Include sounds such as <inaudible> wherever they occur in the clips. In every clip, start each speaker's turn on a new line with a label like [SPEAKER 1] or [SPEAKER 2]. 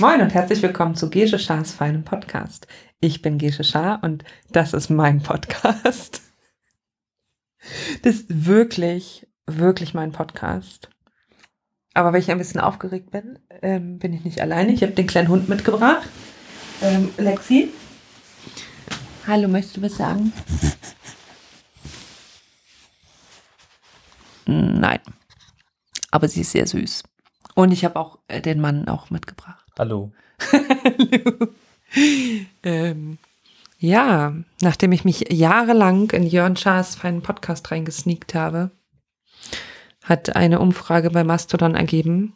[SPEAKER 1] Moin und herzlich willkommen zu Gesche Schars feinem Podcast. Ich bin Gesche Schar und das ist mein Podcast. Das ist wirklich, wirklich mein Podcast. Aber weil ich ein bisschen aufgeregt bin, ähm, bin ich nicht alleine. Ich habe den kleinen Hund mitgebracht. Ähm, Lexi. Hallo, möchtest du was sagen? Nein. Aber sie ist sehr süß. Und ich habe auch äh, den Mann auch mitgebracht.
[SPEAKER 2] Hallo.
[SPEAKER 1] ähm, ja, nachdem ich mich jahrelang in Jörn Schaas feinen Podcast reingesneakt habe, hat eine Umfrage bei Mastodon ergeben,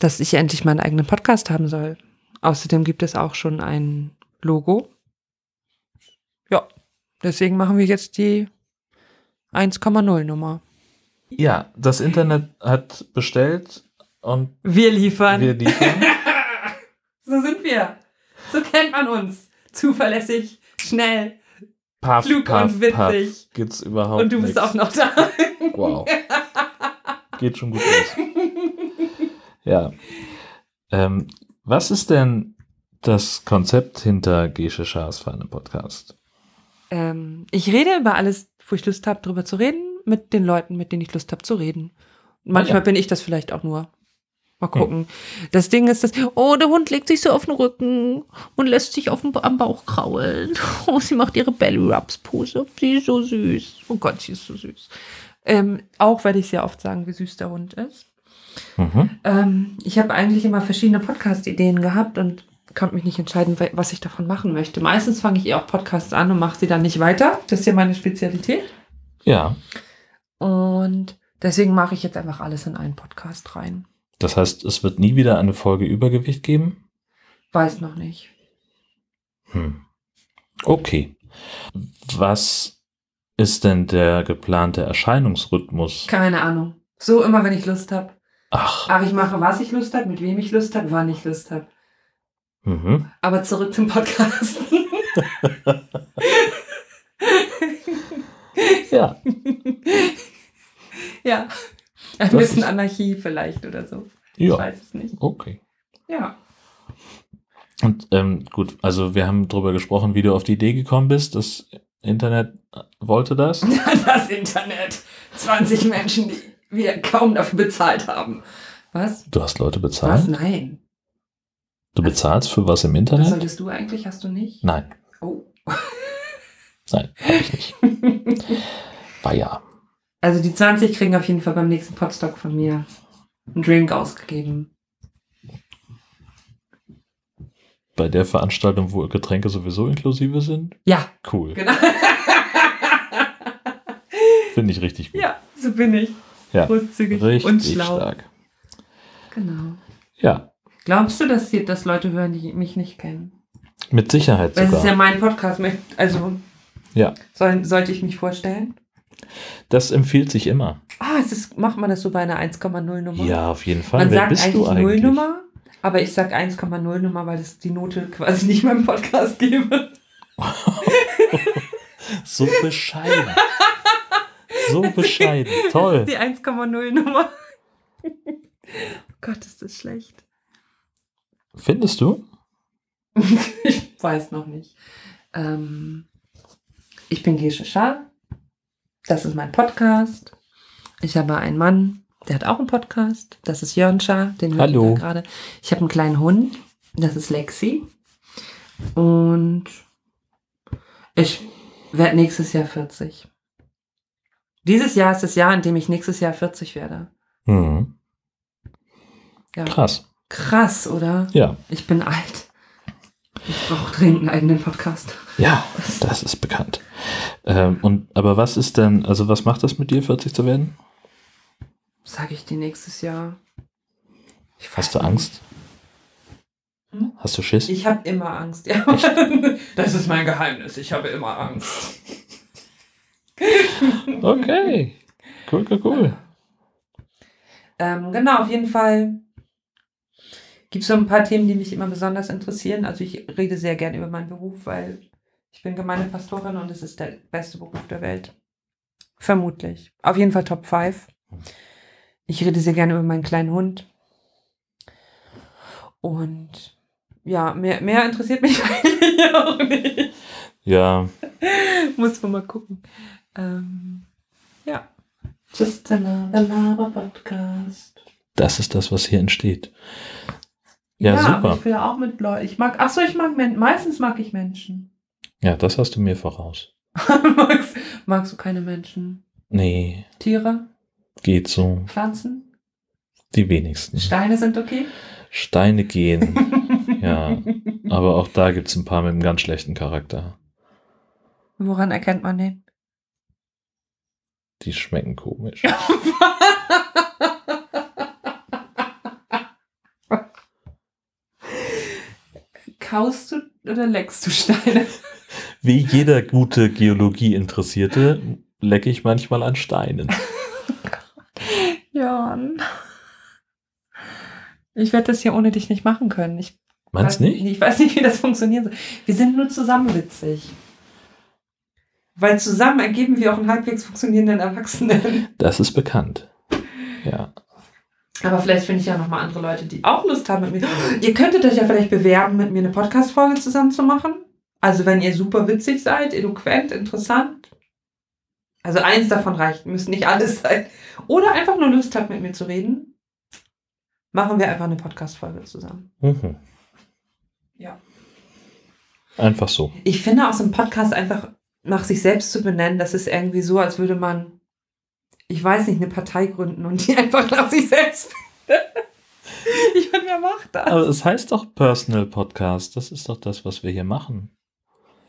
[SPEAKER 1] dass ich endlich meinen eigenen Podcast haben soll. Außerdem gibt es auch schon ein Logo. Ja, deswegen machen wir jetzt die 1,0 Nummer.
[SPEAKER 2] Ja, das Internet hat bestellt und
[SPEAKER 1] Wir liefern.
[SPEAKER 2] wir liefern.
[SPEAKER 1] <laughs> so sind wir. So kennt man uns. Zuverlässig, schnell.
[SPEAKER 2] Puff,
[SPEAKER 1] Klug
[SPEAKER 2] puff,
[SPEAKER 1] und witzig.
[SPEAKER 2] Puff. Gibt's überhaupt
[SPEAKER 1] Und du bist
[SPEAKER 2] nix.
[SPEAKER 1] auch noch da.
[SPEAKER 2] Wow. Geht schon gut los.
[SPEAKER 1] <laughs>
[SPEAKER 2] Ja. Ähm, was ist denn das Konzept hinter Gesche Schaas feinem Podcast?
[SPEAKER 1] Ähm, ich rede über alles, wo ich Lust habe, drüber zu reden, mit den Leuten, mit denen ich Lust habe zu reden. Und Manchmal
[SPEAKER 2] Ja.
[SPEAKER 1] bin ich das vielleicht auch nur. Mal gucken. Das Ding ist, dass, oh, der Hund legt sich so auf den Rücken und lässt sich auf den, Ba- am Bauch kraulen. <laughs> Oh, sie macht ihre Belly-Rubs-Pose. Sie ist so süß. Oh Gott, sie ist so süß. Ähm, auch werde ich sehr oft sagen, wie süß der Hund ist.
[SPEAKER 2] Mhm.
[SPEAKER 1] Ähm, ich habe eigentlich immer verschiedene Podcast-Ideen gehabt und konnte mich nicht entscheiden, we- was ich davon machen möchte. Meistens fange ich eh auch Podcasts an und mache sie dann nicht weiter. Das ist ja meine Spezialität.
[SPEAKER 2] Ja,
[SPEAKER 1] Und deswegen mache ich jetzt einfach alles in einen Podcast rein.
[SPEAKER 2] das heißt, es wird nie wieder eine Folge Übergewicht geben?
[SPEAKER 1] Weiß noch nicht.
[SPEAKER 2] Hm. Okay. Was ist denn der geplante Erscheinungsrhythmus?
[SPEAKER 1] Keine Ahnung. So immer, wenn ich Lust habe.
[SPEAKER 2] Ach,
[SPEAKER 1] Aber ich mache, was ich Lust habe, mit wem ich Lust habe, wann ich Lust habe.
[SPEAKER 2] mhm.
[SPEAKER 1] Aber zurück zum Podcast.
[SPEAKER 2] <laughs> Ja,
[SPEAKER 1] ja. Ein
[SPEAKER 2] Das
[SPEAKER 1] bisschen
[SPEAKER 2] ist-
[SPEAKER 1] Anarchie vielleicht oder so. Ich
[SPEAKER 2] ja,
[SPEAKER 1] weiß es nicht.
[SPEAKER 2] okay.
[SPEAKER 1] Ja.
[SPEAKER 2] Und ähm, gut, also wir haben drüber gesprochen, wie du auf die Idee gekommen bist. Das Internet äh, wollte das.
[SPEAKER 1] das Internet. 20 Menschen, die wir kaum dafür bezahlt haben. Was?
[SPEAKER 2] <laughs> Du hast Leute
[SPEAKER 1] Was?
[SPEAKER 2] bezahlt?
[SPEAKER 1] Nein.
[SPEAKER 2] Du bezahlst für was im
[SPEAKER 1] Was
[SPEAKER 2] Internet?
[SPEAKER 1] solltest du eigentlich? Hast du nicht?
[SPEAKER 2] Nein,
[SPEAKER 1] Oh.
[SPEAKER 2] nein, habe ich
[SPEAKER 1] <laughs>
[SPEAKER 2] nicht. War ja.
[SPEAKER 1] Also die 20 kriegen auf jeden Fall beim nächsten Podstock von mir einen Drink ausgegeben.
[SPEAKER 2] Bei der Veranstaltung, wo Getränke sowieso inklusive sind?
[SPEAKER 1] Ja,
[SPEAKER 2] Cool.
[SPEAKER 1] genau.
[SPEAKER 2] <laughs> Finde ich richtig gut.
[SPEAKER 1] ja, so bin ich.
[SPEAKER 2] Ja.
[SPEAKER 1] Großzügig
[SPEAKER 2] Richtig
[SPEAKER 1] und schlau.
[SPEAKER 2] stark.
[SPEAKER 1] Genau.
[SPEAKER 2] Ja,
[SPEAKER 1] Glaubst du, dass, die, dass Leute hören, die mich nicht kennen?
[SPEAKER 2] mit Sicherheit
[SPEAKER 1] Weil es ist ja
[SPEAKER 2] sogar.
[SPEAKER 1] mein Podcast. möcht- Also
[SPEAKER 2] Ja,
[SPEAKER 1] soll, sollte ich mich vorstellen?
[SPEAKER 2] das empfiehlt sich immer.
[SPEAKER 1] Ah, es ist, macht man das so bei einer 1,0 Nummer?
[SPEAKER 2] Ja, auf jeden Fall.
[SPEAKER 1] Man
[SPEAKER 2] Wer
[SPEAKER 1] sagt
[SPEAKER 2] bist
[SPEAKER 1] eigentlich
[SPEAKER 2] du eigentlich?
[SPEAKER 1] Nullnummer, aber ich sag 1,0 Nummer, weil das die Note quasi nicht meinem Podcast gebe.
[SPEAKER 2] So bescheiden. So bescheiden. Toll.
[SPEAKER 1] Die 1,0 Nummer. <laughs> oh Gott, ist das schlecht.
[SPEAKER 2] Findest du?
[SPEAKER 1] ich weiß noch nicht. Ähm, ich bin Gesche Schar. Das ist mein Podcast. Ich habe einen Mann, der hat auch einen Podcast. Das ist Jörn Schar, den hört
[SPEAKER 2] Hallo.
[SPEAKER 1] ihr da gerade. Ich habe einen kleinen Hund, das ist Lexi. Und ich werde nächstes Jahr 40. Dieses Jahr ist das Jahr, in dem ich nächstes Jahr 40 werde.
[SPEAKER 2] Mhm.
[SPEAKER 1] Ja.
[SPEAKER 2] Krass.
[SPEAKER 1] Krass, oder?
[SPEAKER 2] Ja.
[SPEAKER 1] Ich bin alt. Ich brauche dringend einen eigenen Podcast.
[SPEAKER 2] Ja, das ist bekannt. Ähm, und, aber was ist denn, also was macht das mit dir, 40 zu werden?
[SPEAKER 1] Sag ich dir nächstes Jahr. Ich weiß
[SPEAKER 2] Hast du
[SPEAKER 1] nicht.
[SPEAKER 2] Angst?
[SPEAKER 1] Hm?
[SPEAKER 2] Hast du Schiss?
[SPEAKER 1] Ich habe immer Angst. Ja. <laughs> Das ist mein Geheimnis. Ich habe immer Angst.
[SPEAKER 2] Okay. Cool, cool, cool.
[SPEAKER 1] Ähm, genau, auf jeden Fall gibt es so ein paar Themen, die mich immer besonders interessieren. Also ich rede sehr gern über meinen Beruf, weil ich bin Gemeindepastorin und es ist der beste Beruf der Welt. Vermutlich. Auf jeden Fall Top 5. Ich rede sehr gerne über meinen kleinen Hund. Und ja, mehr, mehr interessiert mich <laughs> eigentlich auch nicht.
[SPEAKER 2] Ja,
[SPEAKER 1] Muss man mal gucken. Ähm, ja.
[SPEAKER 3] Just another Laber Podcast.
[SPEAKER 2] das ist das, was hier entsteht. Ja,
[SPEAKER 3] aber
[SPEAKER 2] super.
[SPEAKER 3] ich will ja auch mit Leuten. Ich mag, achso, ich mag Menschen. Meistens mag ich Menschen. <laughs>
[SPEAKER 2] Ja, das hast du mir voraus.
[SPEAKER 3] Max.
[SPEAKER 1] Magst du keine Menschen?
[SPEAKER 2] Nee,
[SPEAKER 1] Tiere?
[SPEAKER 2] geht so.
[SPEAKER 3] Pflanzen?
[SPEAKER 2] Die wenigsten.
[SPEAKER 3] Steine sind okay?
[SPEAKER 2] Steine gehen.
[SPEAKER 3] <laughs>
[SPEAKER 2] ja, aber auch da gibt es ein paar mit einem ganz schlechten Charakter.
[SPEAKER 1] Woran erkennt man den?
[SPEAKER 2] Die schmecken komisch.
[SPEAKER 3] Kaust du oder leckst du
[SPEAKER 1] <laughs>
[SPEAKER 3] Steine?
[SPEAKER 2] Wie jeder gute Geologie-Interessierte lecke ich manchmal an Steinen.
[SPEAKER 1] Jörn. Ich werde das hier ohne dich nicht machen können. Ich weiß,
[SPEAKER 2] Meinst nicht?
[SPEAKER 1] Ich weiß nicht, wie das funktionieren soll. Wir sind nur zusammen witzig. Weil zusammen ergeben wir auch einen halbwegs funktionierenden Erwachsenen.
[SPEAKER 2] Das ist bekannt. Ja.
[SPEAKER 1] Aber vielleicht finde ich ja nochmal andere Leute, die auch Lust haben mit mir. <gasps> Ihr könntet euch ja vielleicht bewerben, mit mir eine Podcast-Folge zusammen zu machen. Also wenn ihr super witzig seid, eloquent, interessant. Also eins davon reicht, müssen nicht alles sein. Oder einfach nur Lust habt, mit mir zu reden. Machen wir einfach eine Podcast-Folge zusammen.
[SPEAKER 2] Mhm.
[SPEAKER 1] Ja.
[SPEAKER 2] Einfach so.
[SPEAKER 1] Ich finde aus dem Podcast einfach nach sich selbst zu benennen, das ist irgendwie so, als würde man, ich weiß nicht, eine Partei gründen und die <laughs> einfach nach sich selbst <laughs> benennen. Ich meine, wer macht das?
[SPEAKER 2] Aber es heißt doch Personal Podcast. Das ist doch das, was wir hier machen.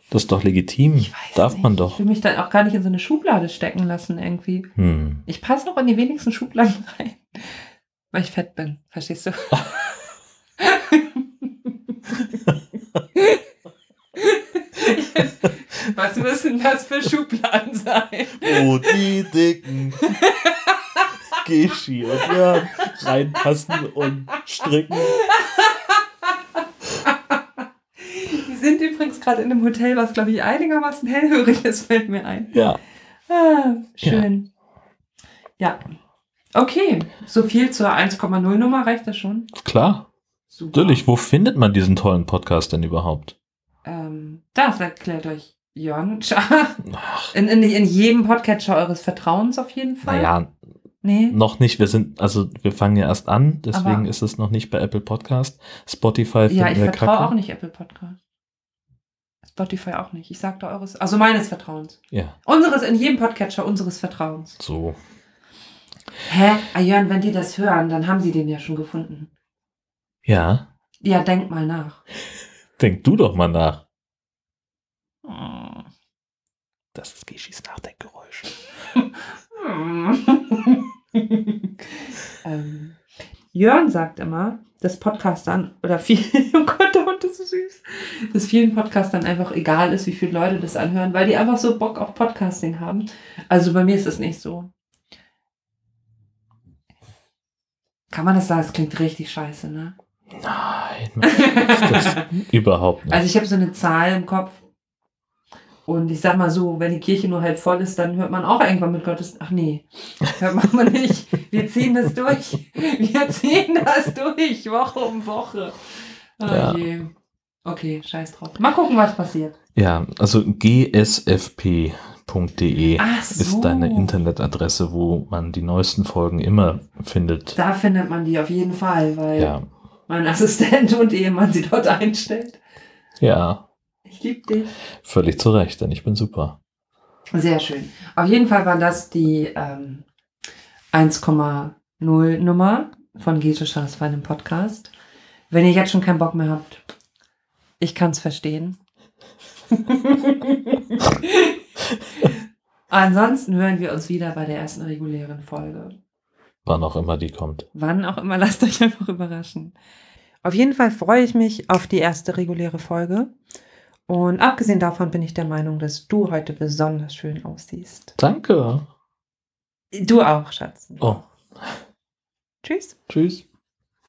[SPEAKER 2] Das ist doch legitim.
[SPEAKER 1] Ich weiß
[SPEAKER 2] Darf
[SPEAKER 1] nicht.
[SPEAKER 2] man
[SPEAKER 1] Ich
[SPEAKER 2] doch.
[SPEAKER 1] will mich dann auch gar nicht in so eine Schublade stecken lassen irgendwie.
[SPEAKER 2] Hm.
[SPEAKER 1] Ich passe auch in die wenigsten Schubladen <laughs> rein, weil ich fett bin, verstehst
[SPEAKER 2] <laughs>
[SPEAKER 1] du? Was müssen das für Schubladen sein?
[SPEAKER 2] Oh, die dicken Geschi und ja, reinpassen und stricken.
[SPEAKER 1] Wir sind übrigens gerade in einem Hotel, was, glaube ich, einigermaßen hellhörig ist, fällt mir ein.
[SPEAKER 2] Ja,
[SPEAKER 1] Ah, schön. Ja. Okay, so viel zur 1,0 Nummer, reicht das schon?
[SPEAKER 2] klar.
[SPEAKER 1] Super.
[SPEAKER 2] Natürlich, wo findet man diesen tollen Podcast denn überhaupt?
[SPEAKER 1] Ähm, das erklärt euch Jörn. <laughs> In, in, in jedem Podcatcher eures Vertrauens auf jeden Fall.
[SPEAKER 2] Naja,
[SPEAKER 1] Nee.
[SPEAKER 2] noch nicht. Wir sind, also wir fangen ja erst an, deswegen
[SPEAKER 1] Aber-
[SPEAKER 2] ist es noch nicht bei Apple Podcast. Spotify
[SPEAKER 1] Ja, ich
[SPEAKER 2] wir
[SPEAKER 1] vertraue
[SPEAKER 2] kacke.
[SPEAKER 1] auch nicht Apple Podcast. Spotify auch nicht. Ich sagte eures, also meines Vertrauens.
[SPEAKER 2] Ja,
[SPEAKER 1] Unseres, in jedem Podcatcher unseres Vertrauens.
[SPEAKER 2] so.
[SPEAKER 1] Hä? Ah, Jörn, wenn die das hören, dann haben sie den ja schon gefunden.
[SPEAKER 2] Ja,
[SPEAKER 1] Ja, denk mal nach.
[SPEAKER 2] denk du doch mal nach. Das ist Gishis Nachdenkgeräusch.
[SPEAKER 1] Hm. <laughs> ähm, Jörn sagt immer, dass Podcastern oder vielen, <laughs> oh Gott, der Hund ist so süß, dass vielen Podcastern einfach egal ist, wie viele Leute das anhören, weil die einfach so Bock auf Podcasting haben. Also bei mir ist das nicht so. Kann man das sagen? Das klingt richtig scheiße, ne?
[SPEAKER 2] Nein, ist das
[SPEAKER 1] <laughs>
[SPEAKER 2] überhaupt nicht.
[SPEAKER 1] Also ich habe so eine Zahl im Kopf. Und ich sag mal so, wenn die Kirche nur halb voll ist, dann hört man auch irgendwann mit Gottes. Ach nee, hört man <laughs> mal nicht. Wir ziehen das durch. Wir ziehen das durch, Woche um Woche. Oh
[SPEAKER 2] Ja.
[SPEAKER 1] je. Okay, scheiß drauf. Mal gucken, was passiert.
[SPEAKER 2] ja, also gsfp.de
[SPEAKER 1] Ach so.
[SPEAKER 2] ist deine Internetadresse, wo man die neuesten Folgen immer findet.
[SPEAKER 1] Da findet man die auf jeden Fall, weil
[SPEAKER 2] Ja,
[SPEAKER 1] mein Assistent und Ehemann sie dort <laughs> einstellt.
[SPEAKER 2] ja,
[SPEAKER 1] Ich liebe dich.
[SPEAKER 2] völlig zu Recht, denn ich bin super.
[SPEAKER 1] Sehr schön. Auf jeden Fall war das die ähm, 1,0 Nummer von Gesche Schaas für einen Podcast. Wenn ihr jetzt schon keinen Bock mehr habt, ich kann es <laughs> verstehen. Ansonsten hören wir uns wieder bei der ersten regulären Folge.
[SPEAKER 2] Wann auch immer die kommt.
[SPEAKER 1] Wann auch immer, lasst euch einfach überraschen. Auf jeden Fall freue ich mich auf die erste reguläre Folge. Und abgesehen davon bin ich der Meinung, dass du heute besonders schön aussiehst.
[SPEAKER 2] Danke.
[SPEAKER 1] Du auch, Schatz.
[SPEAKER 2] Oh,
[SPEAKER 1] Tschüss.
[SPEAKER 2] tschüss.